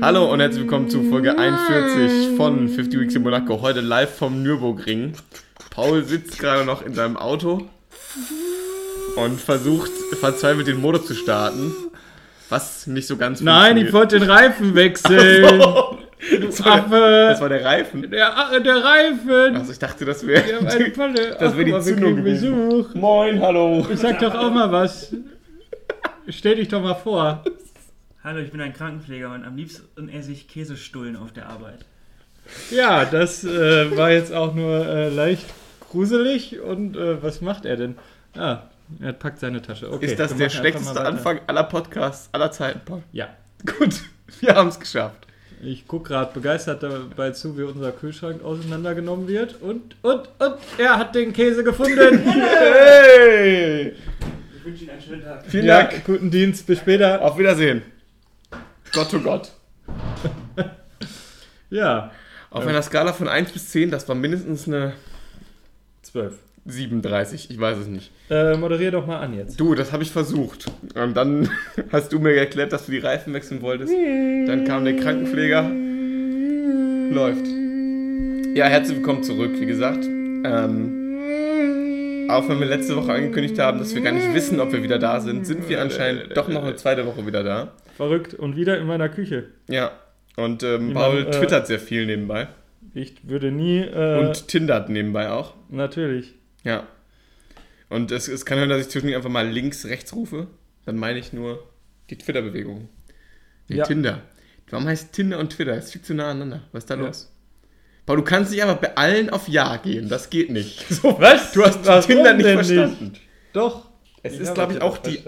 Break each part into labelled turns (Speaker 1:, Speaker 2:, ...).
Speaker 1: Hallo und herzlich willkommen zu Folge 41 von 50 Weeks in Monaco. Heute live vom Nürburgring. Paul sitzt gerade noch in seinem Auto und versucht verzweifelt den Motor zu starten, was nicht so ganz
Speaker 2: Nein, ich wollte den Reifen wechseln.
Speaker 1: funktioniert. das, war der,
Speaker 2: Affe.
Speaker 1: das war der Reifen.
Speaker 2: Der, ah, der Reifen.
Speaker 1: Also ich dachte, das wäre
Speaker 2: Wir haben eine Falle.
Speaker 1: das wäre die
Speaker 2: aber wir
Speaker 1: Zündung
Speaker 2: kriegen
Speaker 1: gewesen.
Speaker 2: Besuch.
Speaker 1: Moin, hallo.
Speaker 2: Ich sag doch auch mal was. Stell dich doch mal vor.
Speaker 3: Hallo, ich bin ein Krankenpfleger und am liebsten esse ich Käsestullen auf der Arbeit.
Speaker 2: Ja, das äh, war jetzt auch nur äh, leicht gruselig. Und äh, was macht er denn? Ah, er packt seine Tasche. Okay,
Speaker 1: Ist das der
Speaker 2: wir machen einfach
Speaker 1: schlechteste
Speaker 2: mal weiter.
Speaker 1: Anfang aller Podcasts aller Zeiten, Paul?
Speaker 2: Ja.
Speaker 1: Gut, wir haben es geschafft.
Speaker 2: Ich guck gerade begeistert dabei zu, wie unser Kühlschrank auseinandergenommen wird. Und, und, und, er hat den Käse gefunden.
Speaker 1: Hey!
Speaker 3: Ich wünsche Ihnen einen schönen Tag.
Speaker 1: Vielen
Speaker 2: ja,
Speaker 1: Dank.
Speaker 2: guten Dienst. Bis später.
Speaker 1: Auf Wiedersehen. Gott to Gott.
Speaker 2: Ja,
Speaker 1: Auf
Speaker 2: Ja.
Speaker 1: einer Skala von 1 bis 10, das war mindestens eine
Speaker 2: zwölf.
Speaker 1: 37, ich weiß es nicht.
Speaker 2: Äh, moderier doch mal an jetzt.
Speaker 1: Du, das habe ich versucht. Und dann hast du mir erklärt, dass du die Reifen wechseln wolltest. Dann kam der Krankenpfleger. Läuft. Ja, herzlich willkommen zurück, wie gesagt. Ähm, auch wenn wir letzte Woche angekündigt haben, dass wir gar nicht wissen, ob wir wieder da sind, sind wir anscheinend doch noch eine zweite Woche wieder da.
Speaker 2: Verrückt. Und wieder in meiner Küche.
Speaker 1: Ja. Und ähm,
Speaker 2: Wie man,
Speaker 1: Paul
Speaker 2: äh,
Speaker 1: twittert sehr viel nebenbei.
Speaker 2: Ich würde nie. Äh,
Speaker 1: Und tindert nebenbei auch.
Speaker 2: Natürlich.
Speaker 1: Ja. Und es, es kann sein, dass ich zwischendurch einfach mal links, rechts rufe. Dann meine ich nur die Twitter-Bewegung. Nee,
Speaker 2: Ja.
Speaker 1: Tinder. Warum heißt Tinder und Twitter? Es liegt zu nah aneinander. Was ist da
Speaker 2: Ja.
Speaker 1: los? Aber du kannst nicht einfach bei allen auf Ja gehen. Das geht nicht.
Speaker 2: was?
Speaker 1: Du hast
Speaker 2: Warum
Speaker 1: Tinder nicht
Speaker 2: denn
Speaker 1: verstanden.
Speaker 2: Doch.
Speaker 1: Es ist, glaube ich, auch die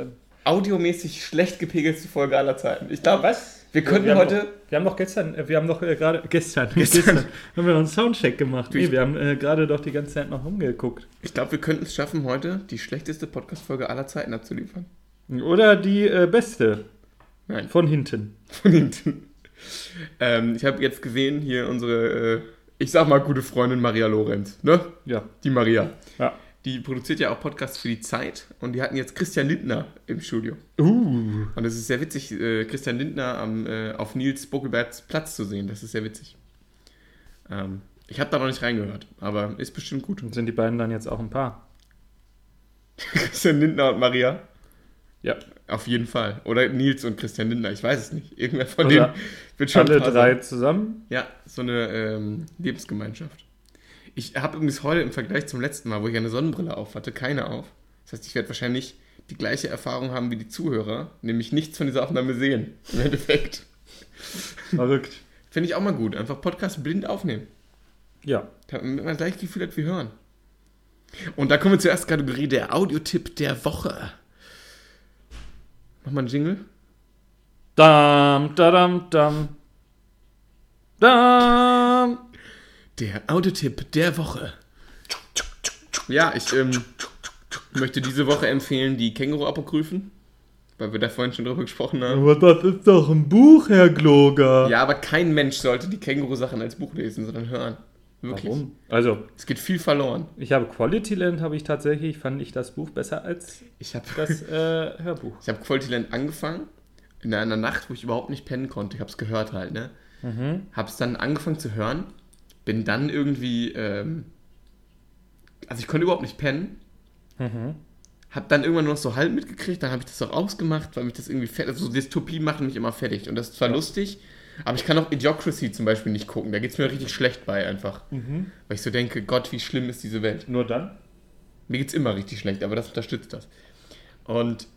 Speaker 1: audiomäßig schlecht gepegelste Folge aller Zeiten. Ich glaube,
Speaker 2: Was?
Speaker 1: wir könnten
Speaker 2: Ah, haben
Speaker 1: heute-
Speaker 2: Noch, wir haben doch gestern, äh, wir haben doch äh, gerade. Gestern,
Speaker 1: Gestern.
Speaker 2: gestern. Haben wir noch einen Soundcheck gemacht.
Speaker 1: Du,
Speaker 2: Nee,
Speaker 1: ich-
Speaker 2: wir haben äh, gerade doch die ganze Zeit noch rumgeguckt.
Speaker 1: ich glaub, wir könnten es schaffen, heute die schlechteste Podcast-Folge aller Zeiten abzuliefern.
Speaker 2: Oder die äh, beste.
Speaker 1: Nein.
Speaker 2: Von hinten.
Speaker 1: von hinten. Ähm, ich habe jetzt gesehen, hier unsere, äh, ich sag mal, gute Freundin Maria Lorenz, ne?
Speaker 2: Ja.
Speaker 1: Die Maria.
Speaker 2: Ja.
Speaker 1: Die produziert ja auch Podcasts für die Zeit und die hatten jetzt Christian Lindner im Studio.
Speaker 2: Uh.
Speaker 1: Und es ist sehr witzig, äh, Christian Lindner am, äh, auf Nils Buckelbergs Platz zu sehen. Das ist sehr witzig. Ähm, ich habe da noch nicht reingehört, aber ist bestimmt gut.
Speaker 2: Und sind die beiden dann jetzt auch ein Paar?
Speaker 1: Christian Lindner und Maria.
Speaker 2: Ja.
Speaker 1: Auf jeden Fall. Oder Nils und Christian Lindner, ich weiß es nicht. Irgendwer von
Speaker 2: Oder
Speaker 1: denen wird schon
Speaker 2: Alle
Speaker 1: ein Paar sein.
Speaker 2: drei zusammen?
Speaker 1: Ja, so eine ähm, Lebensgemeinschaft. Ich habe übrigens heute im Vergleich zum letzten Mal, wo ich eine Sonnenbrille auf hatte, keine auf. Das heißt, ich werde wahrscheinlich die gleiche Erfahrung haben wie die Zuhörer, nämlich nichts von dieser Aufnahme sehen. Im Endeffekt.
Speaker 2: Verrückt.
Speaker 1: Finde ich auch mal gut. Einfach Podcast blind aufnehmen.
Speaker 2: Ja.
Speaker 1: Damit man gleich Gefühl hat wie hören. Und da kommen wir zur ersten Kategorie, der Audiotipp der Woche. Mach mal einen Jingle.
Speaker 2: Dam, da, dam, dam. Dam.
Speaker 1: Der Audiotipp der Woche. Ja, ich ähm, möchte diese Woche empfehlen die Känguru-Apokryphen, weil wir da vorhin schon drüber gesprochen haben.
Speaker 2: Aber das ist doch ein Buch, Herr Gloger.
Speaker 1: Ja, aber kein Mensch sollte die Känguru-Sachen als Buch lesen, sondern hören. Wirklich.
Speaker 2: Warum? Also,
Speaker 1: Es geht viel verloren.
Speaker 2: ich habe Quality Land, habe ich tatsächlich, fand ich das Buch besser als
Speaker 1: Ich habe
Speaker 2: das äh, Hörbuch.
Speaker 1: ich hab Quality Land angefangen, in einer Nacht, wo ich überhaupt nicht pennen konnte. Ich habe es gehört halt, ne?
Speaker 2: Mhm.
Speaker 1: Hab's dann angefangen zu hören, bin dann irgendwie, ähm, also ich konnte überhaupt nicht pennen. Hab dann irgendwann nur noch so halb mitgekriegt, dann habe ich das auch ausgemacht, weil mich das irgendwie fertig, also so Dystopie machen mich immer fertig und das ist zwar lustig, aber ich kann auch Idiocracy zum Beispiel nicht gucken, da geht's mir richtig schlecht bei einfach. Weil ich so denke, Gott, wie schlimm ist diese Welt.
Speaker 2: Nur dann?
Speaker 1: Mir geht's immer richtig schlecht, aber das unterstützt das. Und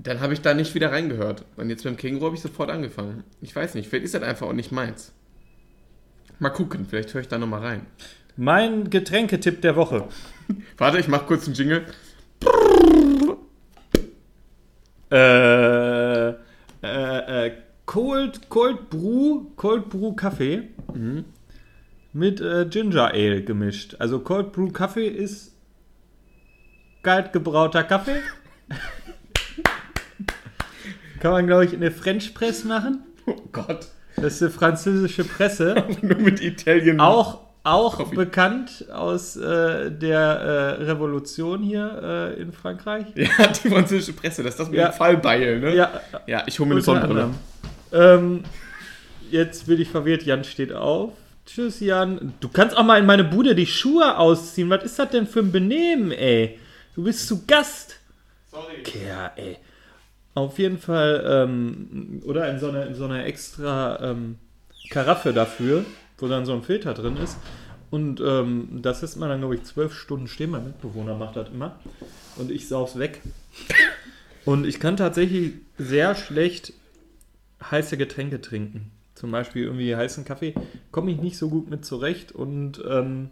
Speaker 1: dann habe ich da nicht wieder reingehört. Und jetzt beim Känguru habe ich sofort angefangen. Ich weiß nicht, vielleicht ist das einfach auch nicht meins. Mal gucken, vielleicht höre ich da nochmal rein.
Speaker 2: Mein Getränketipp der Woche.
Speaker 1: Warte, ich mache kurz einen Jingle.
Speaker 2: Äh, äh, äh, Cold, Cold Brew, Cold Brew Kaffee mit äh, Ginger Ale gemischt. Also Cold Brew Kaffee ist kalt gebrauter Kaffee. Kann man, glaube ich, in der French Press machen.
Speaker 1: Oh Gott,
Speaker 2: Das ist eine französische Presse.
Speaker 1: nur mit Italien.
Speaker 2: Auch, auch
Speaker 1: Coffee.
Speaker 2: bekannt aus äh, der äh, Revolution hier äh, in Frankreich.
Speaker 1: Ja, die französische Presse, das ist das mit
Speaker 2: Ja.
Speaker 1: dem Fallbeil, ne?
Speaker 2: Ja,
Speaker 1: ja ich hole mir eine
Speaker 2: unter
Speaker 1: Sonnenbrille.
Speaker 2: anderem. Ähm, Jetzt bin ich verwirrt. Jan steht auf. Tschüss, Jan. Du kannst auch mal in meine Bude die Schuhe ausziehen. Was ist das denn für ein Benehmen, ey? Du bist zu Gast.
Speaker 1: Sorry.
Speaker 2: Kerl, ey. Auf jeden Fall, ähm, oder in so einer in so einer extra ähm, Karaffe dafür, wo dann so ein Filter drin ist. Und ähm, das ist man dann, glaube ich, zwölf Stunden stehen. Mein Mitbewohner macht das immer. Und ich sauf's weg. Und ich kann tatsächlich sehr schlecht heiße Getränke trinken. Zum Beispiel irgendwie heißen Kaffee. Komme ich nicht so gut mit zurecht. Und ähm,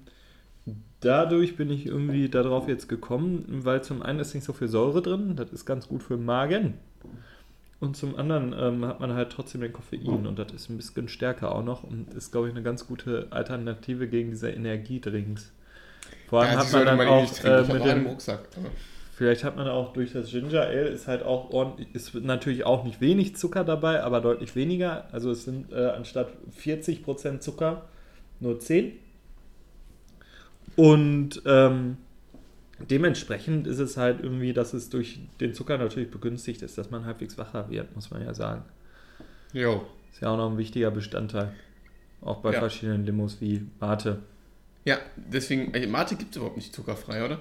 Speaker 2: dadurch bin ich irgendwie darauf jetzt gekommen, weil zum einen ist nicht so viel Säure drin. Das ist ganz gut für den Magen. Und zum anderen ähm, hat man halt trotzdem den Koffein und das ist ein bisschen stärker auch noch und ist, glaube ich, eine ganz gute Alternative gegen diese Energiedrinks. Vor allem
Speaker 1: Ja,
Speaker 2: hat
Speaker 1: die
Speaker 2: man
Speaker 1: sollte
Speaker 2: dann
Speaker 1: man eh
Speaker 2: auch
Speaker 1: nicht trinken.
Speaker 2: äh,
Speaker 1: ich hab
Speaker 2: mit
Speaker 1: einen
Speaker 2: dem
Speaker 1: im Rucksack.
Speaker 2: Vielleicht hat man auch durch das Ginger Ale ist halt auch ordentlich, ist natürlich auch nicht wenig Zucker dabei, aber deutlich weniger. Also es sind äh, anstatt 40% Zucker nur 10. Und ähm, dementsprechend ist es halt irgendwie, dass es durch den Zucker natürlich begünstigt ist, dass man halbwegs wacher wird, muss man ja sagen.
Speaker 1: Jo.
Speaker 2: Ist ja auch noch ein wichtiger Bestandteil. Auch bei
Speaker 1: Ja.
Speaker 2: verschiedenen Limos wie Mate.
Speaker 1: Ja, deswegen, ey, Mate gibt es überhaupt nicht zuckerfrei, oder?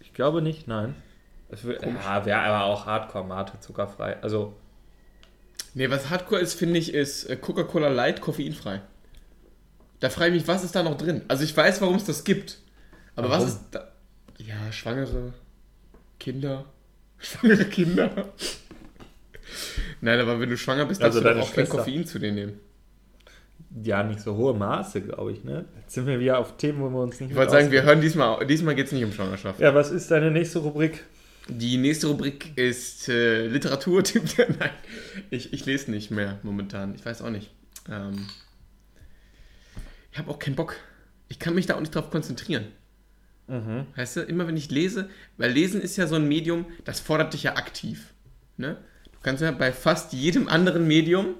Speaker 2: Ich glaube nicht, nein. Es wär-
Speaker 1: Komisch.
Speaker 2: Ja, wäre aber auch Hardcore Mate zuckerfrei. Also
Speaker 1: Nee, was Hardcore ist, finde ich, ist äh, Coca-Cola Light koffeinfrei. Da frage ich mich, was ist da noch drin? Also ich weiß, warum es das gibt. Aber
Speaker 2: Warum?
Speaker 1: was ist da. Ja, schwangere Kinder. Schwangere Kinder. Nein, aber wenn du schwanger bist, darfst
Speaker 2: Also
Speaker 1: du
Speaker 2: deine
Speaker 1: doch auch kein
Speaker 2: Schwester.
Speaker 1: Koffein zu dir nehmen.
Speaker 2: ja nicht so hohe Maße, glaube ich. Ne? Jetzt sind wir wieder auf Themen, wo wir uns nicht
Speaker 1: Ich wollte sagen, wir hören diesmal, diesmal geht es nicht um Schwangerschaft.
Speaker 2: Ja, was ist deine nächste Rubrik?
Speaker 1: Die nächste Rubrik ist äh, Literaturtipp. Nein, ich, ich lese nicht mehr momentan. Ich weiß auch nicht. Ähm, ich habe auch keinen Bock. Ich kann mich da auch nicht drauf konzentrieren.
Speaker 2: Mhm.
Speaker 1: Weißt du, immer wenn ich lese, weil Lesen ist ja so ein Medium, das fordert dich ja aktiv. Ne? Du kannst ja bei fast jedem anderen Medium,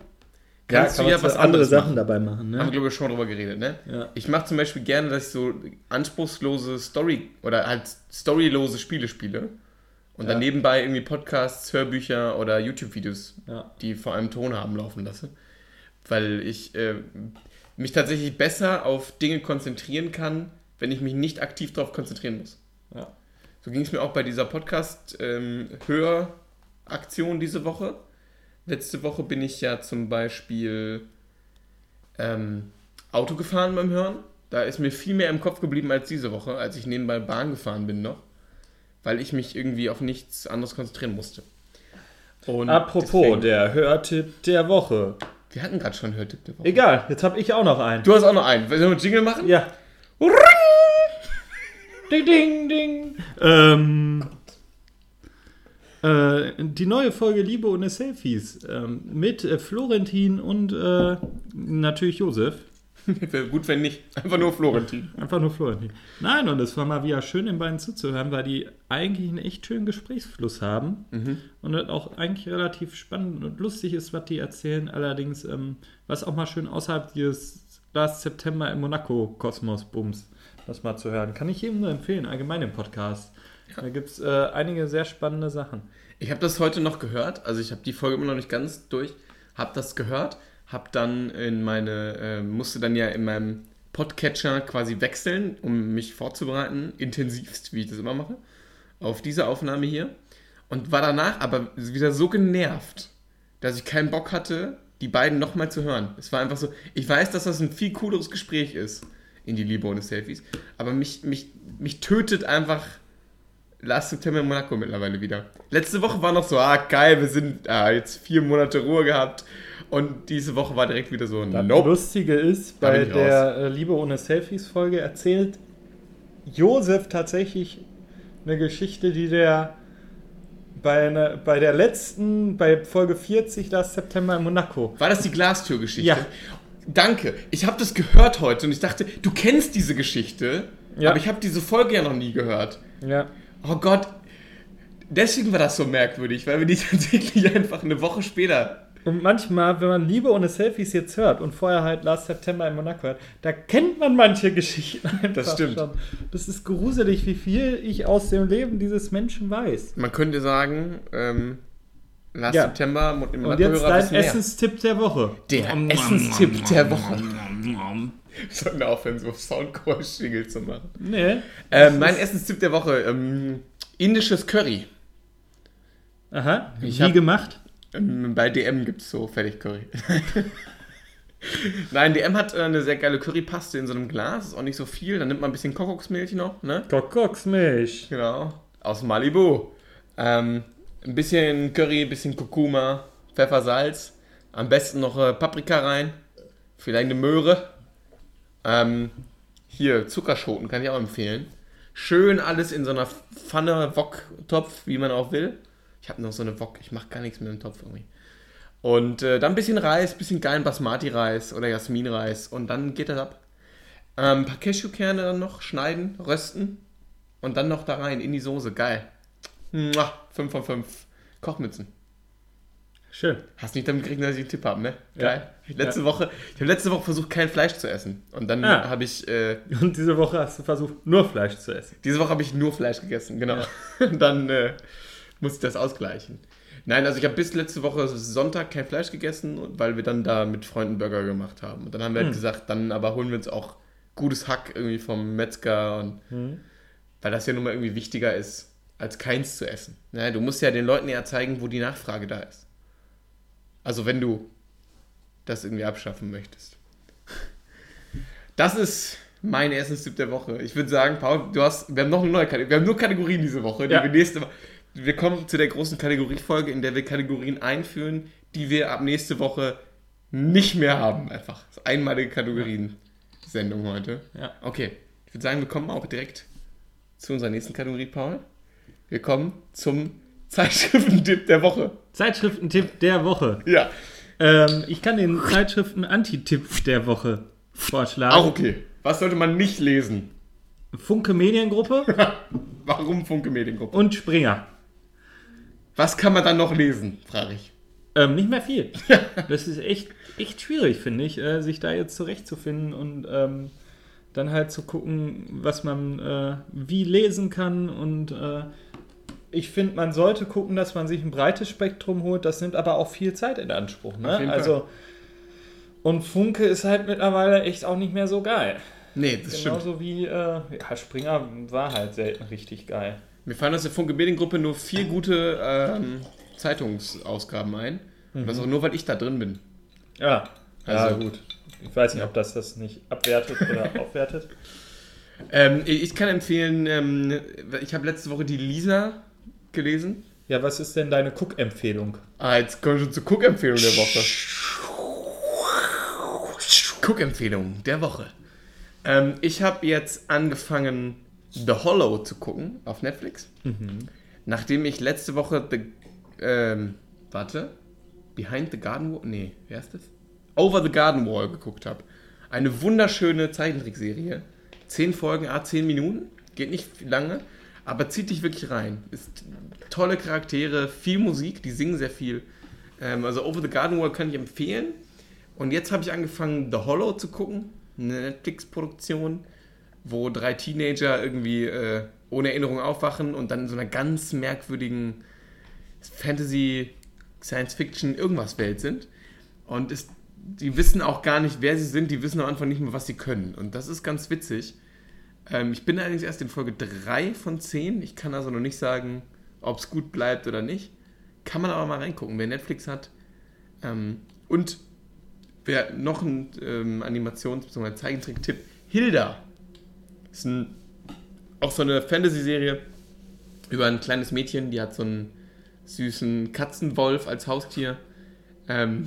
Speaker 1: Kannst du ja was anderes machen.
Speaker 2: dabei machen, ne?
Speaker 1: haben wir glaube ich schon drüber geredet, ne?
Speaker 2: Ja.
Speaker 1: Ich mache zum Beispiel gerne, dass ich so anspruchslose Story oder halt storylose Spiele spiele. Und dann
Speaker 2: Ja.
Speaker 1: nebenbei irgendwie Podcasts, Hörbücher oder YouTube-Videos, ne?
Speaker 2: Ja.
Speaker 1: die vor allem Ton haben, laufen lasse. Weil ich äh, mich tatsächlich besser auf Dinge konzentrieren kann, wenn ich mich nicht aktiv darauf konzentrieren muss.
Speaker 2: Ja.
Speaker 1: So ging es mir auch bei dieser Podcast-Höraktion diese Woche. Letzte Woche bin ich ja zum Beispiel ähm, Auto gefahren beim Hören. Da ist mir viel mehr im Kopf geblieben als diese Woche, als ich nebenbei Bahn gefahren bin noch, weil ich mich irgendwie auf nichts anderes konzentrieren musste. Und
Speaker 2: Apropos,
Speaker 1: Hm, deswegen-
Speaker 2: der Hörtipp der Woche.
Speaker 1: wir hatten gerade schon Hörtipp der Woche.
Speaker 2: Egal, jetzt habe ich auch noch einen.
Speaker 1: Du hast auch noch einen. Wollen wir einen Jingle machen?
Speaker 2: Ja. Ding, ding, ding. Ähm,
Speaker 1: Oh
Speaker 2: äh, die neue Folge Liebe ohne Selfies ähm, mit äh, Florentin und äh, natürlich Josef.
Speaker 1: Wäre gut, wenn nicht. Einfach nur Florentin.
Speaker 2: Einfach nur Florentin. Nein, und es war mal wieder schön, den beiden zuzuhören, weil die eigentlich einen echt schönen Gesprächsfluss haben und das auch eigentlich relativ spannend und lustig ist, was die erzählen. Allerdings, ähm, was auch mal schön außerhalb dieses Last September im Monaco-Kosmos-Bums, das mal zu hören. Kann ich jedem nur empfehlen, allgemein im Podcast. Da gibt es äh, einige sehr spannende Sachen.
Speaker 1: Ich habe das heute noch gehört, also ich habe die Folge immer noch nicht ganz durch, habe das gehört, habe dann in meine, äh, musste dann ja in meinem Podcatcher quasi wechseln, um mich vorzubereiten, intensivst, wie ich das immer mache, auf diese Aufnahme hier und war danach aber wieder so genervt, dass ich keinen Bock hatte, die beiden nochmal zu hören. Es war einfach so, ich weiß, dass das ein viel cooleres Gespräch ist in die Liebe ohne Selfies, aber mich, mich, mich tötet einfach Last September in Monaco mittlerweile wieder. Letzte Woche war noch so, ah geil, wir sind ah, jetzt vier Monate Ruhe gehabt und diese Woche war direkt wieder so,
Speaker 2: Das
Speaker 1: nope.
Speaker 2: Lustige ist,
Speaker 1: Da bin
Speaker 2: bei
Speaker 1: ich
Speaker 2: der äh, Liebe ohne Selfies Folge erzählt Josef tatsächlich eine Geschichte, die der bei, einer, bei der letzten, bei Folge 40, das September in Monaco.
Speaker 1: War das die Glastürgeschichte?
Speaker 2: Ja.
Speaker 1: Danke. Ich habe das gehört heute und ich dachte, du kennst diese Geschichte,
Speaker 2: Ja.
Speaker 1: aber ich habe diese Folge ja noch nie gehört.
Speaker 2: Ja.
Speaker 1: Oh Gott, deswegen war das so merkwürdig, weil wir die tatsächlich einfach eine Woche später.
Speaker 2: Und manchmal, wenn man Liebe ohne Selfies jetzt hört und vorher halt Last September in Monaco hört, da kennt man manche Geschichten einfach
Speaker 1: stimmt.
Speaker 2: schon. Das ist gruselig, wie viel ich aus dem Leben dieses Menschen weiß.
Speaker 1: Man könnte sagen, ähm, Last
Speaker 2: Ja.
Speaker 1: September, Mo- im
Speaker 2: Und jetzt
Speaker 1: Mathe-Hörer
Speaker 2: dein Oh
Speaker 1: wissen mehr.
Speaker 2: Essenstipp der Woche.
Speaker 1: Der Essenstipp der Woche. Wir sollten aufhören, so Soundcore-Schingel zu machen.
Speaker 2: Nee.
Speaker 1: Ähm, mein Essenstipp der Woche: ähm, indisches Curry.
Speaker 2: Aha.
Speaker 1: Ich
Speaker 2: Wie
Speaker 1: hab-
Speaker 2: gemacht?
Speaker 1: Ähm, Bei DM gibt es so fertig Curry. Nein, DM hat äh, eine sehr geile Currypaste in so einem Glas, ist auch nicht so viel. Dann nimmt man ein bisschen Kokosmilch noch, ne?
Speaker 2: Kokoksmilch.
Speaker 1: Genau. Aus Malibu. Ähm, ein bisschen Curry, ein bisschen Kurkuma, Pfeffer, Salz. Am besten noch äh, Paprika rein. Vielleicht eine Möhre. Ähm, hier, Zuckerschoten kann ich auch empfehlen. Schön alles in so einer Pfanne, Wok-Topf, wie man auch will. Ich habe noch so eine Wok, ich mache gar nichts mit dem Topf irgendwie. Und äh, dann ein bisschen Reis, ein bisschen geilen Basmati-Reis oder Jasminreis und dann geht das ab. Ähm, ein paar Cashewkerne dann noch schneiden, rösten und dann noch da rein in die Soße. Geil. Mua, 5 von 5. Kochmützen.
Speaker 2: Schön.
Speaker 1: Hast nicht damit gerechnet, dass ich einen Tipp habe, ne?
Speaker 2: Ja.
Speaker 1: Geil. Letzte Woche, ich habe letzte Woche versucht, kein Fleisch zu essen. Und dann
Speaker 2: Ah.
Speaker 1: habe ich, äh,
Speaker 2: Und diese Woche hast du versucht, nur Fleisch zu essen.
Speaker 1: diese Woche habe ich nur Fleisch gegessen, genau. Und dann äh, musste ich das ausgleichen. Nein, also ich habe bis letzte Woche Sonntag kein Fleisch gegessen, weil wir dann da mit Freunden Burger gemacht haben. Und dann haben wir halt
Speaker 2: Hm.
Speaker 1: gesagt, dann aber holen wir uns auch gutes Hack irgendwie vom Metzger und weil das ja nun mal irgendwie wichtiger ist, als keins zu essen. Ne, du musst ja den Leuten ja zeigen, wo die Nachfrage da ist. Also wenn du das irgendwie abschaffen möchtest. Das ist mein Essenstipp der Woche. Ich würde sagen, Paul, du hast, wir haben noch eine neue Kategorie. Wir haben nur Kategorien diese Woche. Die
Speaker 2: Ja.
Speaker 1: wir, nächste, Wo- wir kommen zu der großen Kategoriefolge, in der wir Kategorien einführen, die wir ab nächste Woche nicht mehr haben. Einfach. Das ist einmalige Kategorien-Sendung heute.
Speaker 2: Ja.
Speaker 1: Okay. Ich würde sagen, wir kommen auch direkt zu unserer nächsten Kategorie, Paul. Wir kommen zum Zeitschriftentipp der Woche.
Speaker 2: Zeitschriftentipp der Woche.
Speaker 1: Ja,
Speaker 2: Ähm, ich kann den Zeitschriften-Antitipp der Woche vorschlagen.
Speaker 1: auch okay. Was sollte man nicht lesen?
Speaker 2: Funke Mediengruppe
Speaker 1: Warum Funke Mediengruppe?
Speaker 2: und Springer.
Speaker 1: Was kann man dann noch lesen, frage ich.
Speaker 2: Ähm, nicht mehr viel. Das ist echt, echt schwierig, finde ich, äh, sich da jetzt zurechtzufinden und ähm, dann halt zu gucken, was man äh, wie lesen kann. Und äh, ich finde, man sollte gucken, dass man sich ein breites Spektrum holt. Das nimmt aber auch viel Zeit in Anspruch.
Speaker 1: Auf jeden
Speaker 2: Ne?
Speaker 1: Fall.
Speaker 2: Also, und Funke ist halt mittlerweile echt auch nicht mehr so geil.
Speaker 1: Nee, das stimmt.
Speaker 2: Genauso wie äh, ja, Springer war halt selten richtig geil.
Speaker 1: Mir fallen aus der Funke Mediengruppe nur vier gute ähm, Zeitungsausgaben ein.
Speaker 2: Mhm.
Speaker 1: Und das auch nur, weil ich da drin bin.
Speaker 2: Ja,
Speaker 1: Also-
Speaker 2: ja gut. Ich weiß nicht, ob das das nicht abwertet oder aufwertet.
Speaker 1: Ähm, ich kann empfehlen, ähm, ich habe letzte Woche die Lisa gelesen.
Speaker 2: Ja, was ist denn deine Cook-Empfehlung?
Speaker 1: Ah, jetzt kommen wir schon zur Cook-Empfehlung der Woche. Cook-Empfehlung der Woche. Ähm, ich habe jetzt angefangen, The Hollow zu gucken auf Netflix. Nachdem ich letzte Woche The. Ähm, warte. Behind the Garden Wall. Nee, wer ist das? Over the Garden Wall geguckt habe. Eine wunderschöne Zeichentrickserie. Zehn Folgen, a zehn Minuten. Geht nicht lange, aber zieht dich wirklich rein. Ist tolle Charaktere, viel Musik, die singen sehr viel. Ähm, also Over the Garden Wall kann ich empfehlen. Und jetzt habe ich angefangen, The Hollow zu gucken. Eine Netflix-Produktion wo drei Teenager irgendwie äh, ohne Erinnerung aufwachen und dann in so einer ganz merkwürdigen Fantasy, Science-Fiction, irgendwas Welt sind. Und es, die wissen auch gar nicht, wer sie sind, die wissen am Anfang nicht mehr, was sie können. Und das ist ganz witzig. Ähm, ich bin allerdings erst in Folge 3 von 10. Ich kann also noch nicht sagen, ob es gut bleibt oder nicht. Kann man aber mal reingucken, wer Netflix hat. Ähm, und wer noch einen ähm, Animations- bzw. Zeichentrick-Tipp, Hilda ist ein, auch so eine Fantasy-Serie über ein kleines Mädchen, die hat so einen süßen Katzenwolf als Haustier. Ähm,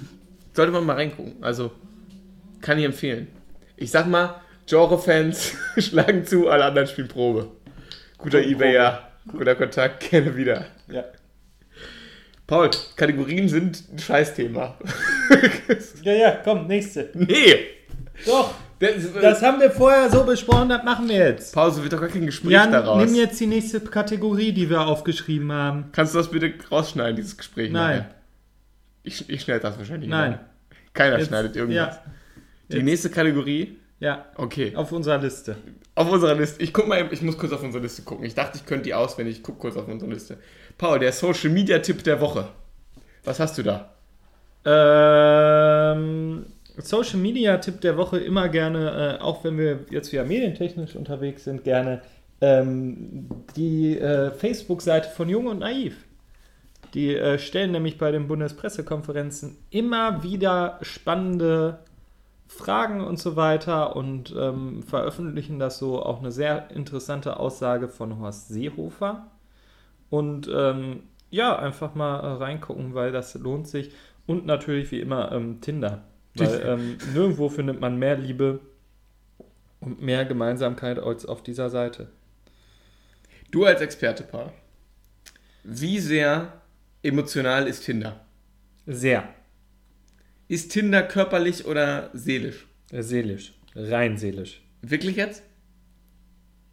Speaker 1: sollte man mal reingucken. Also kann ich empfehlen. Ich sag mal, Genre-Fans schlagen zu, alle anderen spielen Probe. Guter
Speaker 2: Gute
Speaker 1: Ebayer, guter Kontakt, gerne wieder.
Speaker 2: Ja.
Speaker 1: Paul, Kategorien sind ein Scheißthema.
Speaker 2: Ja, ja, komm, nächste.
Speaker 1: nee!
Speaker 2: Doch,
Speaker 1: Das,
Speaker 2: das haben wir vorher so besprochen, das machen wir jetzt.
Speaker 1: Pause wird doch gar kein Gespräch
Speaker 2: Jan,
Speaker 1: daraus.
Speaker 2: nimm jetzt die nächste Kategorie, die wir aufgeschrieben haben.
Speaker 1: Kannst du das bitte rausschneiden, dieses Gespräch?
Speaker 2: Nein.
Speaker 1: nachher? Ich, ich schneide das wahrscheinlich
Speaker 2: Nein.
Speaker 1: nicht. Keiner
Speaker 2: Jetzt-
Speaker 1: schneidet irgendwas.
Speaker 2: Ja,
Speaker 1: Die
Speaker 2: jetzt.
Speaker 1: nächste Kategorie,
Speaker 2: ja,
Speaker 1: okay. Auf,
Speaker 2: auf unserer Liste.
Speaker 1: unserer Liste. Ich guck mal, eben- ich muss kurz auf unsere Liste gucken. Ich dachte, ich könnte die auswendig. Ich guck kurz auf unsere Liste. Paul, der Social Media Tipp der Woche. Was hast du da?
Speaker 2: Ähm, Social Media Tipp der Woche immer gerne, äh, auch wenn wir jetzt wieder medientechnisch unterwegs sind, gerne ähm, die äh, Facebook-Seite von Jung und Naiv. Die äh, stellen nämlich bei den Bundespressekonferenzen immer wieder spannende Fragen und so weiter und ähm, veröffentlichen das so auch eine sehr interessante Aussage von Horst Seehofer. Und ähm, ja, einfach mal äh, reingucken, weil das lohnt sich. Und natürlich wie immer ähm, Tinder. Weil ähm, nirgendwo findet man mehr Liebe und mehr Gemeinsamkeit als auf dieser Seite.
Speaker 1: Du als Experte, Paul. Wie sehr emotional ist Tinder?
Speaker 2: Sehr.
Speaker 1: Ist Tinder körperlich oder seelisch?
Speaker 2: Äh, Seelisch. Rein seelisch.
Speaker 1: Wirklich jetzt?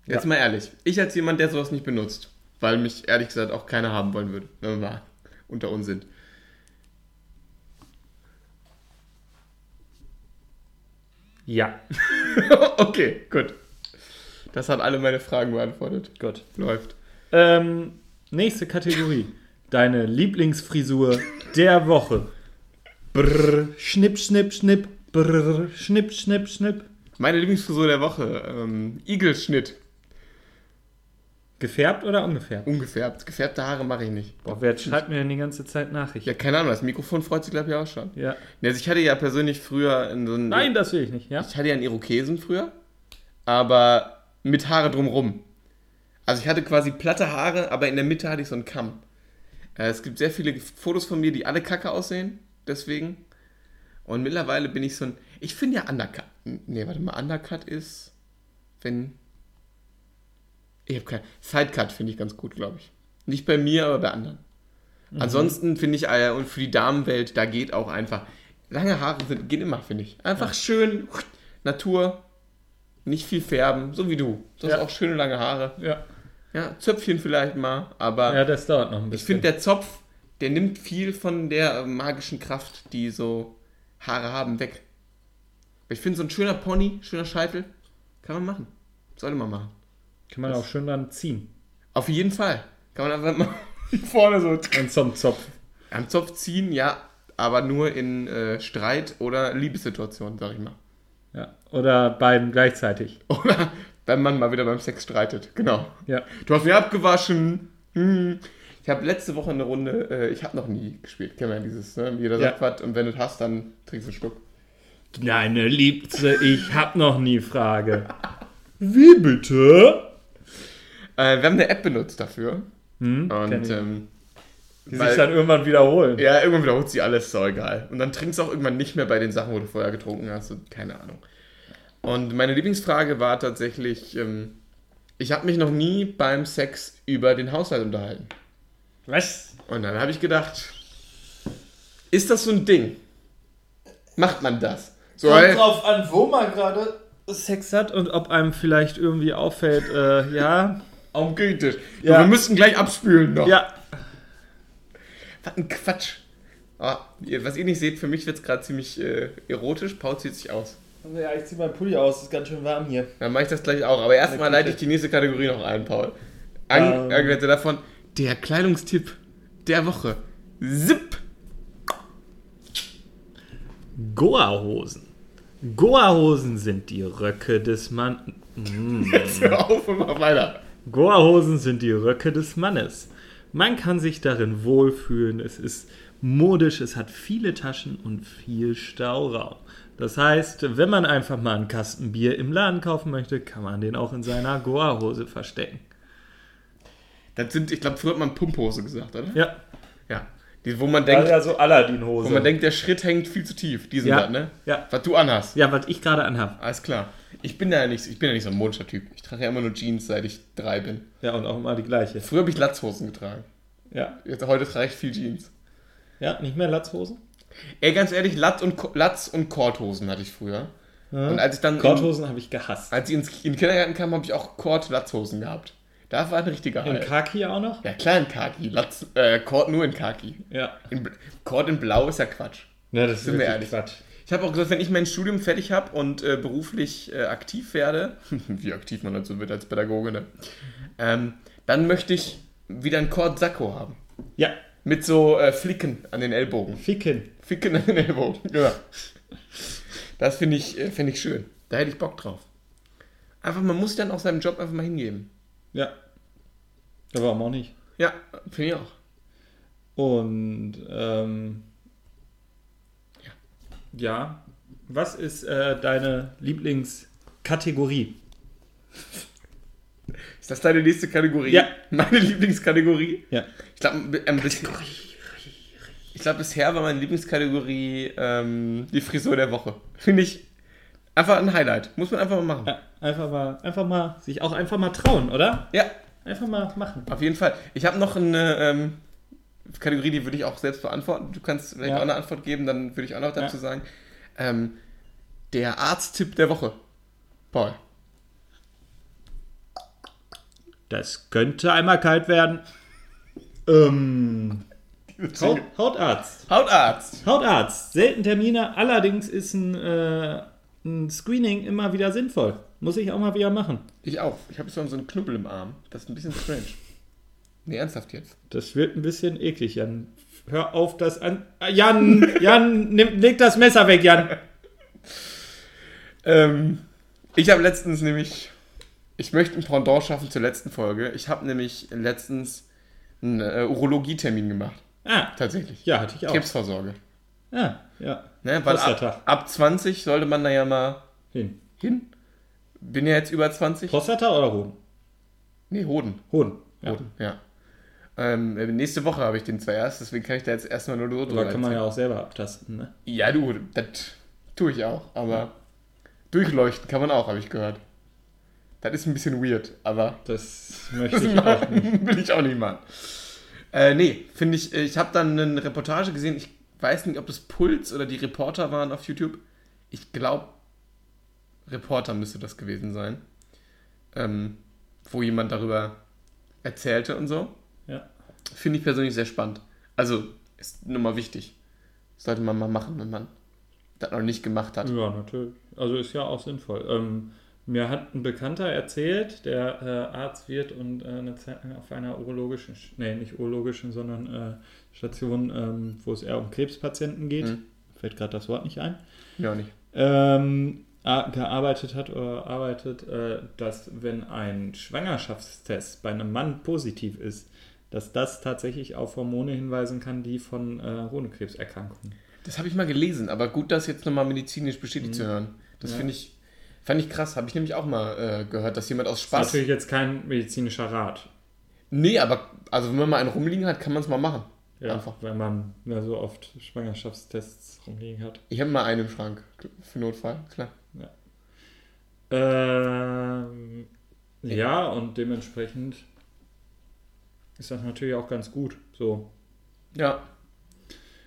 Speaker 2: Ja.
Speaker 1: Jetzt mal ehrlich. Ich als jemand, der sowas nicht benutzt, weil mich ehrlich gesagt auch keiner haben wollen würde, wenn wir mal unter uns sind.
Speaker 2: Ja.
Speaker 1: okay, gut. Das hat alle meine Fragen beantwortet.
Speaker 2: Gut.
Speaker 1: Läuft.
Speaker 2: Ähm, nächste Kategorie. Deine Lieblingsfrisur der Woche. Brrr, schnipp, schnipp, schnipp. Brrr, schnipp, schnipp, schnipp.
Speaker 1: Meine Lieblingsfrisur der Woche. Ähm, Igelschnitt.
Speaker 2: Gefärbt oder ungefärbt?
Speaker 1: Ungefärbt. Gefärbte Haare mache ich nicht.
Speaker 2: Boah, wer schreibt mir denn die ganze Zeit Nachrichten?
Speaker 1: Ja, keine Ahnung, das Mikrofon freut sich, glaube ich, auch schon.
Speaker 2: Ja.
Speaker 1: Ne, Also ich hatte ja persönlich früher in so einem.
Speaker 2: Nein, das will ich nicht, ja?
Speaker 1: Ich hatte ja einen Irokesen früher, aber mit Haare drumrum. Also ich hatte quasi platte Haare, aber in der Mitte hatte ich so einen Kamm. Äh, Es gibt sehr viele Fotos von mir, die alle kacke aussehen, deswegen. Und mittlerweile bin ich so ein. Ich finde ja Undercut. Nee, warte mal, Undercut ist. Wenn. Ich habe kein. Sidecut finde ich ganz gut, glaube ich. Nicht bei mir, aber bei anderen.
Speaker 2: Mhm.
Speaker 1: Ansonsten finde ich, äh, und für die Damenwelt, da geht auch einfach. Lange Haare sind, gehen immer, finde ich. Einfach schön, Natur, nicht viel färben, so wie du. Du hast
Speaker 2: Ja.
Speaker 1: auch schöne lange Haare.
Speaker 2: Ja.
Speaker 1: Ja, Zöpfchen vielleicht mal, aber
Speaker 2: Ja, das dauert noch ein
Speaker 1: ich
Speaker 2: bisschen.
Speaker 1: finde, der Zopf, der nimmt viel von der äh, magischen Kraft, die so Haare haben, weg. Aber Ich finde, so ein schöner Pony, schöner Scheitel, kann man machen. Sollte man machen.
Speaker 2: Kann man auch schön dann ziehen.
Speaker 1: Auf jeden Fall. Kann man einfach mal vorne so
Speaker 2: Und zum um Zopf.
Speaker 1: Am Zopf ziehen, ja, aber nur in äh, Streit oder Liebessituationen, sag ich mal.
Speaker 2: Ja. Oder beiden gleichzeitig.
Speaker 1: Oder wenn man mal wieder beim Sex streitet, genau.
Speaker 2: Ja.
Speaker 1: Du hast mich abgewaschen. Hm. Ich habe letzte Woche eine Runde, äh, ich habe noch nie gespielt, kennen wir ja dieses, ne? jeder sagt was und wenn du es hast, dann trinkst du einen Schluck.
Speaker 2: Deine Liebste, ich hab noch nie Frage. Wie bitte?
Speaker 1: Äh, wir haben eine App benutzt dafür
Speaker 2: Hm? kenn
Speaker 1: und
Speaker 2: ich.
Speaker 1: ähm,
Speaker 2: Die
Speaker 1: weil-
Speaker 2: sich dann irgendwann wiederholen.
Speaker 1: ja, irgendwann wiederholt sie alles, so egal. Und dann trinkst du auch irgendwann nicht mehr bei den Sachen, wo du vorher getrunken hast und keine Ahnung. Und meine Lieblingsfrage war tatsächlich, ähm, ich habe mich noch nie beim Sex über den Haushalt unterhalten.
Speaker 2: Was?
Speaker 1: Und dann habe ich gedacht, ist das so ein Ding? Macht man das? So, hey,
Speaker 2: drauf an, wo man gerade Sex hat und ob einem vielleicht irgendwie auffällt, äh, ja.
Speaker 1: auf Gütisch.
Speaker 2: Ja.
Speaker 1: Wir müssen gleich abspülen noch.
Speaker 2: Ja.
Speaker 1: Was ein Quatsch. Ah, ihr- was ihr nicht seht, für mich wird es gerade ziemlich äh, erotisch. Paul zieht sich aus.
Speaker 2: Ja, ich zieh meinen Pulli aus, ist ganz schön warm hier.
Speaker 1: Dann mache ich das gleich auch. Aber erstmal
Speaker 2: Na,
Speaker 1: leite ich die nächste Kategorie noch ein, Paul. An-
Speaker 2: Ähm.
Speaker 1: Angeleitet davon, der Kleidungstipp der Woche. Zip!
Speaker 2: Goa-Hosen. Goa-Hosen sind die Röcke des Mann. Mm.
Speaker 1: Hör auf und mach weiter.
Speaker 2: Goa-Hosen sind die Röcke des Mannes. Man kann sich darin wohlfühlen. Es ist modisch, es hat viele Taschen und viel Stauraum. Das heißt, wenn man einfach mal einen Kasten Bier im Laden kaufen möchte, kann man den auch in seiner Goa-Hose verstecken.
Speaker 1: Das sind, ich glaube, früher hat man Pumphose gesagt, oder?
Speaker 2: Ja,
Speaker 1: Ja. Die, wo man denkt,
Speaker 2: so Aladdin-Hose.
Speaker 1: wo man denkt, der Schritt hängt viel zu tief. Die sind
Speaker 2: ja,
Speaker 1: das, ne?
Speaker 2: ja,
Speaker 1: Was du anhast.
Speaker 2: ja, was ich gerade anhabe.
Speaker 1: Alles klar. Ich bin ja nicht, ich bin ja nicht so ein modischer Typ. Ich trage ja immer nur Jeans, seit ich drei bin.
Speaker 2: Ja, und auch immer die gleiche.
Speaker 1: Früher habe ich Latzhosen getragen.
Speaker 2: Ja,
Speaker 1: Jetzt, heute trage ich viel Jeans.
Speaker 2: ja, nicht mehr Latzhosen?
Speaker 1: Ey, ganz ehrlich, Latz und, Ko- Latz und Korthosen hatte ich früher. Und als ich dann in,
Speaker 2: Korthosen habe ich gehasst.
Speaker 1: als ich ins, in den Kindergarten kam, habe ich auch Kord-Latzhosen gehabt. Da war ein richtiger
Speaker 2: In
Speaker 1: Hype.
Speaker 2: Khaki auch noch?
Speaker 1: Ja, klar in Khaki. Latz, äh, Kord nur in Khaki.
Speaker 2: Ja.
Speaker 1: In, Bl- Kord in Blau ist ja Quatsch.
Speaker 2: Ja, das ist
Speaker 1: Sind wir
Speaker 2: wirklich
Speaker 1: ehrlich.
Speaker 2: Quatsch.
Speaker 1: Ich habe auch gesagt, wenn ich mein Studium fertig habe und äh, beruflich äh, aktiv werde, wie aktiv man dazu wird als Pädagoge, ne? ähm, dann möchte ich wieder einen Kord-Sakko haben.
Speaker 2: Ja,
Speaker 1: Mit so äh, Flicken an den Ellbogen.
Speaker 2: Ficken.
Speaker 1: Ficken an den Ellbogen, ja. Das finde ich, äh, finde ich schön. Da hätte ich Bock drauf. Einfach, man muss sich dann auch seinem Job einfach mal hingeben.
Speaker 2: Ja. Aber warum auch nicht?
Speaker 1: Ja, finde ich auch.
Speaker 2: Und ähm, ja. Was ist äh, deine Lieblingskategorie?
Speaker 1: Ist das deine nächste Kategorie?
Speaker 2: Ja.
Speaker 1: Meine Lieblingskategorie?
Speaker 2: Ja.
Speaker 1: Ich glaube, ein bisschen. Ich glaube, bisher war meine Lieblingskategorie ähm, die Frisur der Woche. Finde ich einfach ein Highlight. Muss man einfach mal machen.
Speaker 2: ja einfach, mal, einfach mal sich auch einfach mal trauen, oder?
Speaker 1: Ja,
Speaker 2: Einfach mal machen.
Speaker 1: auf jeden Fall. Ich habe noch eine ähm, Kategorie, die würde ich auch selbst beantworten. Du kannst vielleicht
Speaker 2: Ja.
Speaker 1: auch eine Antwort geben, dann würde ich auch noch dazu
Speaker 2: Ja.
Speaker 1: sagen. Ähm, der Arzttipp der Woche. Paul.
Speaker 2: Das könnte einmal kalt werden. Ähm, Haut, Hautarzt.
Speaker 1: Hautarzt.
Speaker 2: Hautarzt. Selten Termine. Allerdings ist ein, äh, ein Screening immer wieder sinnvoll. Muss ich auch mal wieder machen.
Speaker 1: Ich auch. Ich habe so so einen Knubbel im Arm. Das ist ein bisschen strange. Nee, ernsthaft jetzt.
Speaker 2: Das wird ein bisschen eklig, Jan. Hör auf, das an. Ah, Jan, Jan, nimm, leg das Messer weg, Jan.
Speaker 1: Ähm, ich habe letztens nämlich, ich möchte ein Pendant schaffen zur letzten Folge. Ich habe nämlich letztens einen äh, Urologietermin gemacht.
Speaker 2: Ah,
Speaker 1: Tatsächlich.
Speaker 2: ja, hatte ich auch.
Speaker 1: Krebsvorsorge.
Speaker 2: Ah, ja.
Speaker 1: Ne, weil ab,
Speaker 2: Prostata.
Speaker 1: ab 20 sollte man da ja mal
Speaker 2: Hin.
Speaker 1: hin. Bin ja jetzt über 20.
Speaker 2: Prostata oder Hoden?
Speaker 1: Nee, Hoden.
Speaker 2: Hoden. Ja.
Speaker 1: Hoden, ja. Ähm, nächste Woche habe ich den zwar erst, deswegen kann ich da jetzt erstmal nur so
Speaker 2: Oder
Speaker 1: drüber
Speaker 2: kann man ja auch selber abtasten, ne?
Speaker 1: Ja, du, das tue ich auch, aber durchleuchten kann man auch, habe ich gehört. Das ist ein bisschen weird, aber
Speaker 2: Das möchte
Speaker 1: das
Speaker 2: ich auch nicht.
Speaker 1: machen will ich auch nicht machen. Äh, nee, finde ich, ich habe dann eine Reportage gesehen, ich weiß nicht, ob das Puls oder die Reporter waren auf YouTube. Ich glaube, Reporter müsste das gewesen sein, ähm, wo jemand darüber erzählte und so.
Speaker 2: Ja.
Speaker 1: Finde ich persönlich sehr spannend. Also, ist nun mal wichtig. Sollte man mal machen, wenn man das noch nicht gemacht hat.
Speaker 2: Ja, natürlich. Also ist ja auch sinnvoll. Ähm, mir hat ein Bekannter erzählt, der äh, Arzt wird und äh, eine Zeit lang auf einer urologischen, Sch- nee, nicht urologischen, sondern äh, Station, ähm, wo es eher um Krebspatienten geht.
Speaker 1: Mhm.
Speaker 2: Fällt gerade das Wort nicht ein.
Speaker 1: Mir auch nicht.
Speaker 2: Ähm, a- gearbeitet hat oder arbeitet, äh, dass wenn ein Schwangerschaftstest bei einem Mann positiv ist, dass das tatsächlich auf Hormone hinweisen kann, die von äh, Hodenkrebserkrankungen
Speaker 1: Das habe ich mal gelesen, aber gut, das jetzt nochmal medizinisch bestätigt zu hören. Das
Speaker 2: Mhm. Ja.
Speaker 1: finde ich, fand ich krass. Habe ich nämlich auch mal äh, gehört, dass jemand aus
Speaker 2: Das ist
Speaker 1: Spaß.
Speaker 2: natürlich jetzt kein medizinischer Rat.
Speaker 1: Nee, aber also wenn man mal einen rumliegen hat, kann man es mal machen.
Speaker 2: Ja,
Speaker 1: Einfach.
Speaker 2: Weil man ja so oft Schwangerschaftstests rumliegen hat.
Speaker 1: Ich habe mal einen im Schrank. Für Notfall, klar.
Speaker 2: Ähm, ja. und dementsprechend ist das natürlich auch ganz gut. So.
Speaker 1: Ja.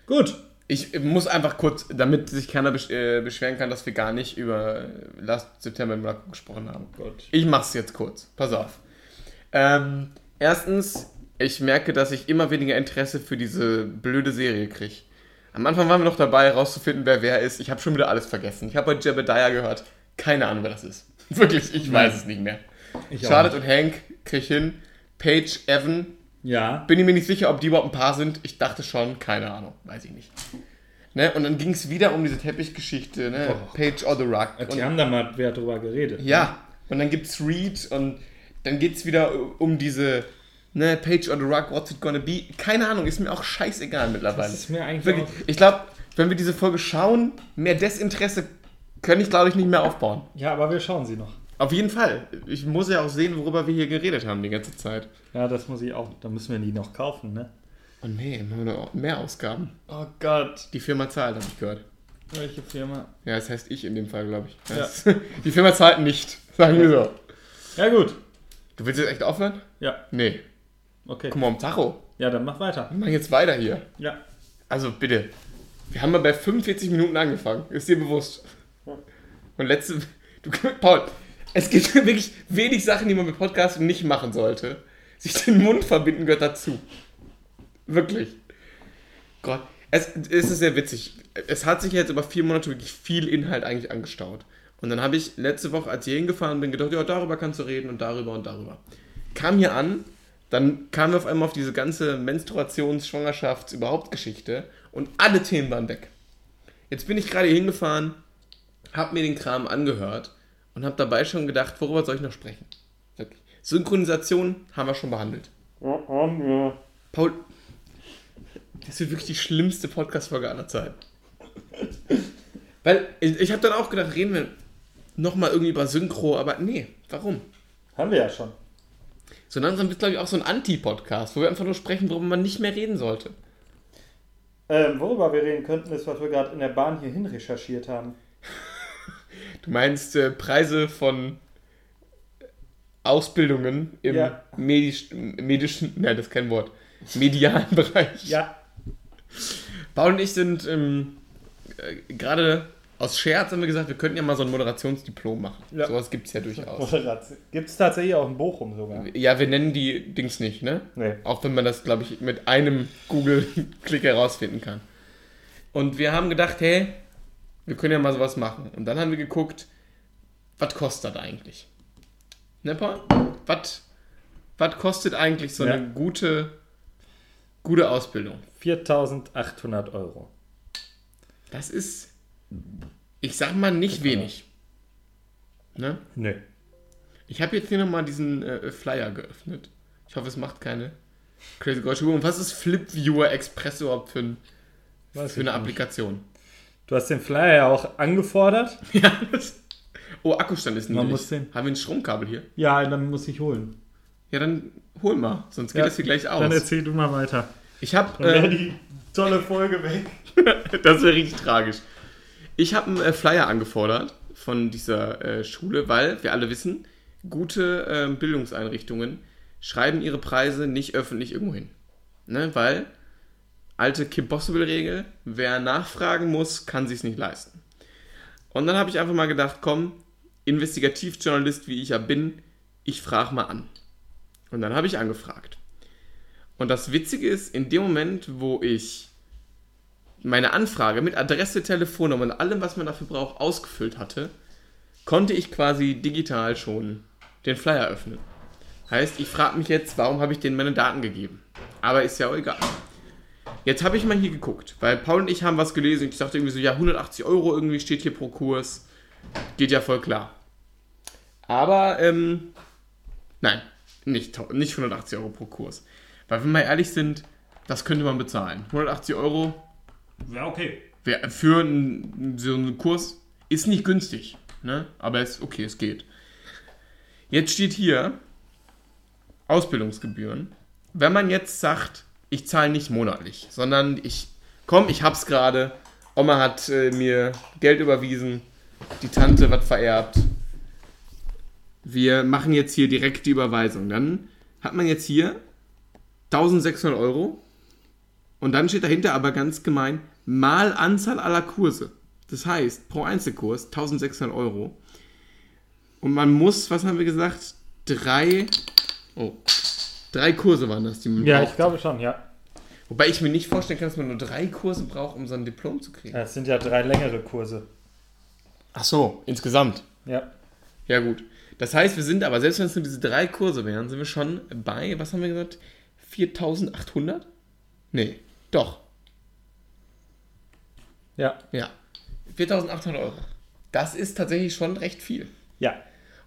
Speaker 2: Gut.
Speaker 1: Ich muss einfach kurz, damit sich keiner besch äh, beschweren kann, dass wir gar nicht über äh, Last September in Monaco gesprochen
Speaker 2: Oh
Speaker 1: haben.
Speaker 2: Gut.
Speaker 1: Ich mach's jetzt kurz. Pass auf. Ähm, erstens, ich merke, dass ich immer weniger Interesse für diese blöde Serie kriege. Am Anfang waren wir noch dabei, rauszufinden, wer wer ist. Ich habe schon wieder alles vergessen. Ich habe bei Jebediah gehört. Keine Ahnung, wer das ist. Wirklich, ich weiß es nicht mehr.
Speaker 2: Ich auch
Speaker 1: Charlotte
Speaker 2: nicht.
Speaker 1: und Hank krieg ich hin. Paige, Evan.
Speaker 2: Ja.
Speaker 1: Bin ich mir nicht sicher, ob die überhaupt ein Paar sind. Ich dachte schon, keine Ahnung, weiß ich nicht. Ne? Und dann ging es wieder um diese Teppichgeschichte, ne?
Speaker 2: Oh
Speaker 1: Paige or the Rug. Und-
Speaker 2: Die haben da mal wer drüber geredet.
Speaker 1: ja, und dann gibt's Reed und dann geht's wieder um diese ne, Page on the Rock, what's it gonna be? Keine Ahnung, ist mir auch scheißegal mittlerweile.
Speaker 2: Das ist mir eigentlich
Speaker 1: Wirklich,
Speaker 2: auch,
Speaker 1: ich glaube, wenn wir diese Folge schauen, mehr Desinteresse kann ich glaube ich nicht mehr aufbauen.
Speaker 2: Ja, aber wir schauen sie noch.
Speaker 1: Auf jeden Fall. Ich muss ja auch sehen, worüber wir hier geredet haben die ganze Zeit.
Speaker 2: Ja, das muss ich auch. Da müssen wir die noch kaufen, ne?
Speaker 1: Oh nee, wir haben noch mehr Ausgaben.
Speaker 2: Oh Gott.
Speaker 1: Die Firma zahlt, habe ich gehört.
Speaker 2: Welche Firma?
Speaker 1: Ja, das heißt ich in dem Fall, glaube ich. Das- Die Firma zahlt nicht, sagen wir so.
Speaker 2: Ja, gut.
Speaker 1: Du willst jetzt echt aufhören?
Speaker 2: Ja,
Speaker 1: Nee.
Speaker 2: okay.
Speaker 1: Guck mal, um Tacho.
Speaker 2: Ja, dann mach weiter.
Speaker 1: Wir machen jetzt weiter hier.
Speaker 2: Ja.
Speaker 1: Also bitte. Wir haben mal bei 45 Minuten angefangen. Ist dir bewusst. Und letzte. Du, Paul, es gibt wirklich wenig Sachen, die man mit Podcasts nicht machen sollte. Sich den Mund verbinden gehört dazu. Wirklich. Gott. Es, es ist sehr witzig. Es hat sich jetzt über vier Monate wirklich viel Inhalt eigentlich angestaut. Und dann habe ich letzte Woche, als ich hier hingefahren bin, gedacht, ja, darüber kannst du reden und darüber und darüber. Kam hier an Dann kamen wir auf einmal auf diese ganze Menstruations-, Schwangerschafts-, überhaupt Geschichte und alle Themen waren weg. Jetzt bin ich gerade hier hingefahren, habe mir den Kram angehört und habe dabei schon gedacht, worüber soll ich noch sprechen? Wirklich. Synchronisation haben wir schon behandelt. Paul, das wird wirklich die schlimmste Podcast-Folge aller Zeiten. Weil ich, ich habe dann auch gedacht, reden wir nochmal irgendwie über Synchro, aber nee, warum?
Speaker 2: Haben wir ja schon.
Speaker 1: So langsam wird, glaube ich, auch so ein Anti-Podcast, wo wir einfach nur sprechen, worüber man nicht mehr reden sollte.
Speaker 2: Ähm, worüber wir reden könnten, ist, was wir gerade in der Bahn hierhin recherchiert haben.
Speaker 1: Du meinst äh, Preise von Ausbildungen im
Speaker 2: Ja.
Speaker 1: medisch, medischen, nein, das ist kein Wort, medialen Bereich.
Speaker 2: Ja.
Speaker 1: Paul und ich sind ähm, äh, gerade aus Scherz haben wir gesagt, wir könnten ja mal so ein Moderationsdiplom machen.
Speaker 2: Ja.
Speaker 1: Sowas gibt es ja durchaus.
Speaker 2: Gibt es tatsächlich auch in Bochum sogar.
Speaker 1: Ja, wir nennen die Dings nicht, ne?
Speaker 2: Nee.
Speaker 1: Auch wenn man das, glaube ich, mit einem Google-Klick herausfinden kann. Und wir haben gedacht, hey, wir können ja mal sowas machen. Und dann haben wir geguckt, was kostet das eigentlich? Ne, Paul? Was, was kostet eigentlich so
Speaker 2: Ja.
Speaker 1: eine gute, gute Ausbildung?
Speaker 2: 4800 Euro.
Speaker 1: Das ist, ich sag mal, nicht wenig. Ne?
Speaker 2: Nee.
Speaker 1: Ich habe jetzt hier nochmal diesen äh, Flyer geöffnet. Ich hoffe, es macht keine Crazy Gold Schubung. Was ist Flip Viewer Express überhaupt für, ein,
Speaker 2: Weiß
Speaker 1: für
Speaker 2: ich
Speaker 1: eine
Speaker 2: nicht.
Speaker 1: Applikation?
Speaker 2: Du hast den Flyer ja auch angefordert.
Speaker 1: Ja, das- oh, Akkustand ist
Speaker 2: Man
Speaker 1: niedrig.
Speaker 2: muss den-
Speaker 1: Haben wir ein Stromkabel hier?
Speaker 2: Ja, dann muss ich holen.
Speaker 1: Ja, dann hol mal, sonst geht
Speaker 2: Ja,
Speaker 1: das hier gleich
Speaker 2: Dann
Speaker 1: aus.
Speaker 2: erzähl du mal weiter.
Speaker 1: Ich habe,
Speaker 2: Dann wäre
Speaker 1: äh,
Speaker 2: die tolle Folge weg.
Speaker 1: das wäre richtig tragisch. Ich habe einen äh, Flyer angefordert von dieser äh, Schule, weil wir alle wissen, gute ähm, Bildungseinrichtungen schreiben ihre Preise nicht öffentlich irgendwo hin. Ne? Weil alte Kim Possible-Regel, wer nachfragen muss, kann sich's nicht leisten. Und dann habe ich einfach mal gedacht, komm, Investigativjournalist, wie ich ja bin, ich frage mal an. Und dann habe ich angefragt. Und das Witzige ist, in dem Moment, wo ich meine Anfrage mit Adresse, Telefonnummer und allem, was man dafür braucht, ausgefüllt hatte, konnte ich quasi digital schon den Flyer öffnen. Heißt, ich frage mich jetzt, warum habe ich denen meine Daten gegeben? Aber ist ja auch egal. Jetzt habe ich mal hier geguckt, weil Paul und ich haben was gelesen und ich dachte irgendwie so, ja, 180 Euro irgendwie steht hier pro Kurs. Geht ja voll klar. Aber, ähm, nein, nicht, tau- nicht 180 Euro pro Kurs. Weil, wenn wir mal ehrlich sind, das könnte man bezahlen. 180 Euro,
Speaker 3: Ja, okay.
Speaker 1: Wer- für einen, so einen Kurs ist nicht günstig, ne? aber es okay, es geht. Jetzt steht hier Ausbildungsgebühren. Wenn man jetzt sagt, ich zahle nicht monatlich, sondern ich komm, ich hab's gerade. Oma hat äh, mir Geld überwiesen, die Tante was vererbt. Wir machen jetzt hier direkt die Überweisung. Dann hat man jetzt hier 1600 Euro und dann steht dahinter aber ganz gemein, mal Anzahl aller Kurse. Das heißt, pro Einzelkurs 1600 Euro. Und man muss, was haben wir gesagt? Drei, oh, drei Kurse waren das, die man
Speaker 2: Ja,
Speaker 1: braucht.
Speaker 2: ich glaube schon, ja.
Speaker 1: Wobei ich mir nicht vorstellen kann, dass man nur drei Kurse braucht, um so ein Diplom zu kriegen.
Speaker 2: Das sind ja drei längere Kurse.
Speaker 1: Ach so, insgesamt.
Speaker 2: Ja.
Speaker 1: Ja, gut. Das heißt, wir sind aber, selbst wenn es nur diese drei Kurse wären, sind wir schon bei, was haben wir gesagt? 4800? Nee, doch.
Speaker 2: Ja.
Speaker 1: Ja. 4800 Euro. Das ist tatsächlich schon recht viel.
Speaker 2: Ja.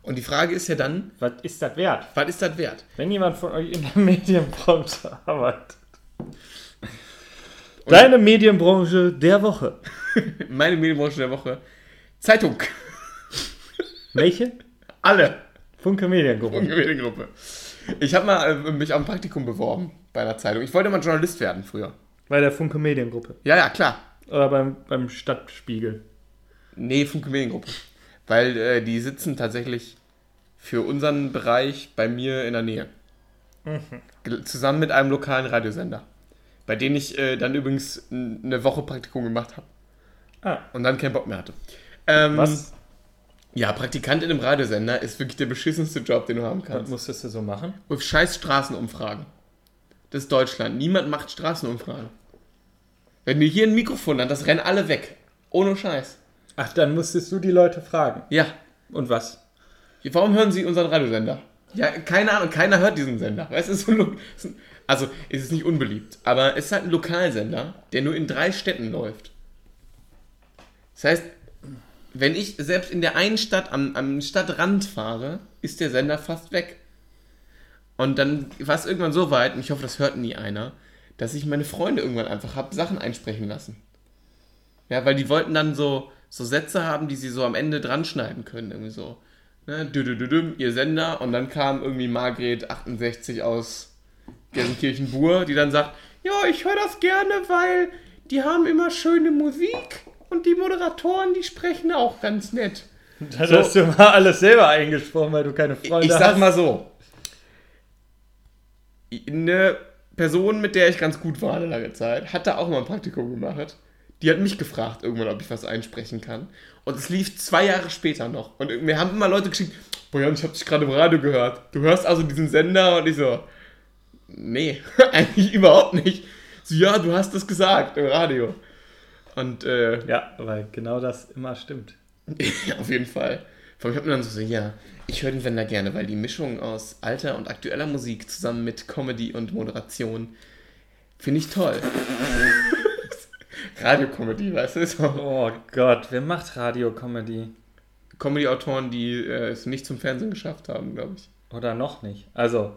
Speaker 1: Und die Frage ist ja dann,
Speaker 2: Was ist das wert?
Speaker 1: was ist das wert?
Speaker 2: Wenn jemand von euch in der Medienbranche arbeitet. Deine Medienbranche der Woche.
Speaker 1: Meine Medienbranche der Woche: Zeitung.
Speaker 2: Welche?
Speaker 1: Alle.
Speaker 2: Funke Mediengruppe.
Speaker 1: Mediengruppe. Ich habe mal äh, mich am Praktikum beworben bei einer Zeitung. Ich wollte mal Journalist werden früher.
Speaker 2: Bei der Funke Mediengruppe.
Speaker 1: Ja, ja, klar.
Speaker 2: Oder beim, beim Stadtspiegel.
Speaker 1: Nee, Funke Mediengruppe. Weil äh, die sitzen tatsächlich für unseren Bereich bei mir in der Nähe. Gel- Zusammen mit einem lokalen Radiosender. Bei denen ich äh, dann übrigens n- eine Woche Praktikum gemacht habe.
Speaker 2: Ah.
Speaker 1: Und dann keinen Bock mehr hatte. Ähm,
Speaker 2: Was?
Speaker 1: Ja, Praktikant in einem Radiosender ist wirklich der beschissenste Job, den du haben kannst.
Speaker 2: musstest du so machen?
Speaker 1: Auf scheiß Straßenumfragen. Das ist Deutschland. Niemand macht Straßenumfragen. Wenn du hier ein Mikrofon hast, das rennen alle weg. Ohne Scheiß.
Speaker 2: Ach, dann musstest du die Leute fragen.
Speaker 1: Ja.
Speaker 2: Und was?
Speaker 1: Warum hören Sie unseren Radiosender? Ja, keine Ahnung, keiner hört diesen Sender. Es ist so, ein Lo- es ist ein- also, es ist nicht unbeliebt, aber es ist halt ein Lokalsender, der nur in drei Städten läuft. Das heißt, wenn ich selbst in der einen Stadt am, am Stadtrand fahre, ist der Sender fast weg. Und dann war es irgendwann so weit, und ich hoffe, das hört nie einer, dass ich meine Freunde irgendwann einfach hab Sachen einsprechen lassen. Ja, weil die wollten dann so, so Sätze haben, die sie so am Ende dran schneiden können, irgendwie so. Ne? dü- dü- dü- düm, Ihr Sender und dann kam irgendwie Margret 68 aus Gelsenkirchen-Bur, die dann sagt, ja, ich höre das gerne, weil die haben immer schöne Musik und die Moderatoren, die sprechen auch ganz nett.
Speaker 2: Das hast du mal alles selber eingesprochen, weil du keine Freunde
Speaker 1: ich sag
Speaker 2: hast.
Speaker 1: mal so. Eine Person, mit der ich ganz gut war eine lange Zeit, hat da auch mal ein Praktikum gemacht. Die hat mich gefragt irgendwann, ob ich was einsprechen kann. Und es lief zwei Jahre später noch. Und mir haben immer Leute geschickt, Bojan, ich hab dich gerade im Radio gehört. Du hörst also diesen Sender und ich so, nee, eigentlich überhaupt nicht. So, ja, du hast es gesagt im Radio. Und äh,
Speaker 2: Ja, weil genau das immer stimmt.
Speaker 1: ja, auf jeden Fall. Vor allem, ich hab mir dann so, so, ja, ich höre den Sender gerne, weil die Mischung aus alter und aktueller Musik zusammen mit Comedy und Moderation finde ich toll. Radio-Comedy, weißt du? So.
Speaker 2: Oh Gott, wer macht Radio-Comedy?
Speaker 1: Comedy-Autoren, die äh, es nicht zum Fernsehen geschafft haben, glaube ich.
Speaker 2: Oder noch nicht. Also,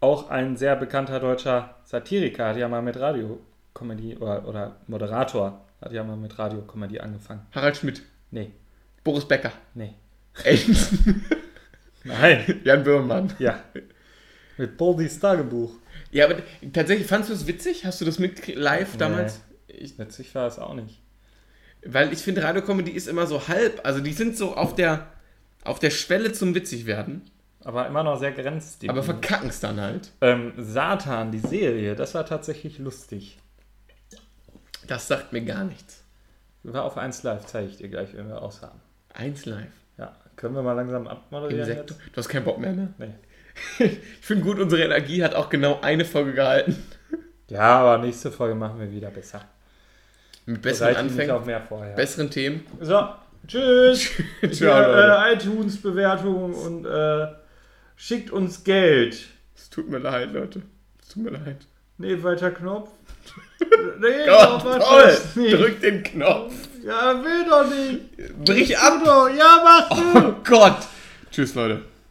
Speaker 2: auch ein sehr bekannter deutscher Satiriker hat ja mal mit Radio-Comedy oder, oder Moderator hat ja mal mit Radio-Comedy angefangen.
Speaker 1: Harald Schmidt,
Speaker 2: Nee,
Speaker 1: Boris Becker,
Speaker 2: nee.
Speaker 1: echt?
Speaker 2: Nein.
Speaker 1: Jan Böhmermann.
Speaker 2: Ja. Mit Boldys Tagebuch.
Speaker 1: Ja, aber tatsächlich, fandst du es witzig? Hast du das mitgekriegt, live damals? Ich,
Speaker 2: Letztlich war es auch nicht.
Speaker 1: Weil ich finde, Radiokomödie ist immer so halb. Also die sind so auf der, auf der Schwelle zum Witzigwerden,
Speaker 2: Aber immer noch sehr grenzdefiniert.
Speaker 1: aber verkacken es dann halt.
Speaker 2: ähm, Satan, die Serie, das war tatsächlich lustig.
Speaker 1: Das sagt mir gar nichts.
Speaker 2: War auf 1 Live, zeige ich dir gleich, wenn wir aus haben.
Speaker 1: Eins live.
Speaker 2: Ja, können wir mal langsam abmoderieren
Speaker 1: Insekten.
Speaker 2: jetzt?
Speaker 1: Du hast keinen Bock mehr, ne?
Speaker 2: Nee.
Speaker 1: Ich finde gut, unsere Energie hat auch genau eine Folge gehalten.
Speaker 2: Ja, aber nächste Folge machen wir wieder besser.
Speaker 1: Mit besseren
Speaker 2: Bereite ich mich auf
Speaker 1: Anfängen,
Speaker 2: mehr vorher.
Speaker 1: besseren Themen.
Speaker 2: So, tschüss.
Speaker 1: Ciao,
Speaker 2: Hier,
Speaker 1: Leute.
Speaker 2: äh, iTunes-Bewertung und äh, schickt uns Geld.
Speaker 1: Es tut mir leid, Leute. Es tut mir leid.
Speaker 2: Nee, weiter Knopf. Nee,
Speaker 1: Gott,
Speaker 2: doch,
Speaker 1: toll!
Speaker 2: das nicht.
Speaker 1: Drück den Knopf.
Speaker 2: Ja, will doch nicht.
Speaker 1: Brich ab!
Speaker 2: Doch, ja, mach du.
Speaker 1: Oh Gott! Tschüss, Leute.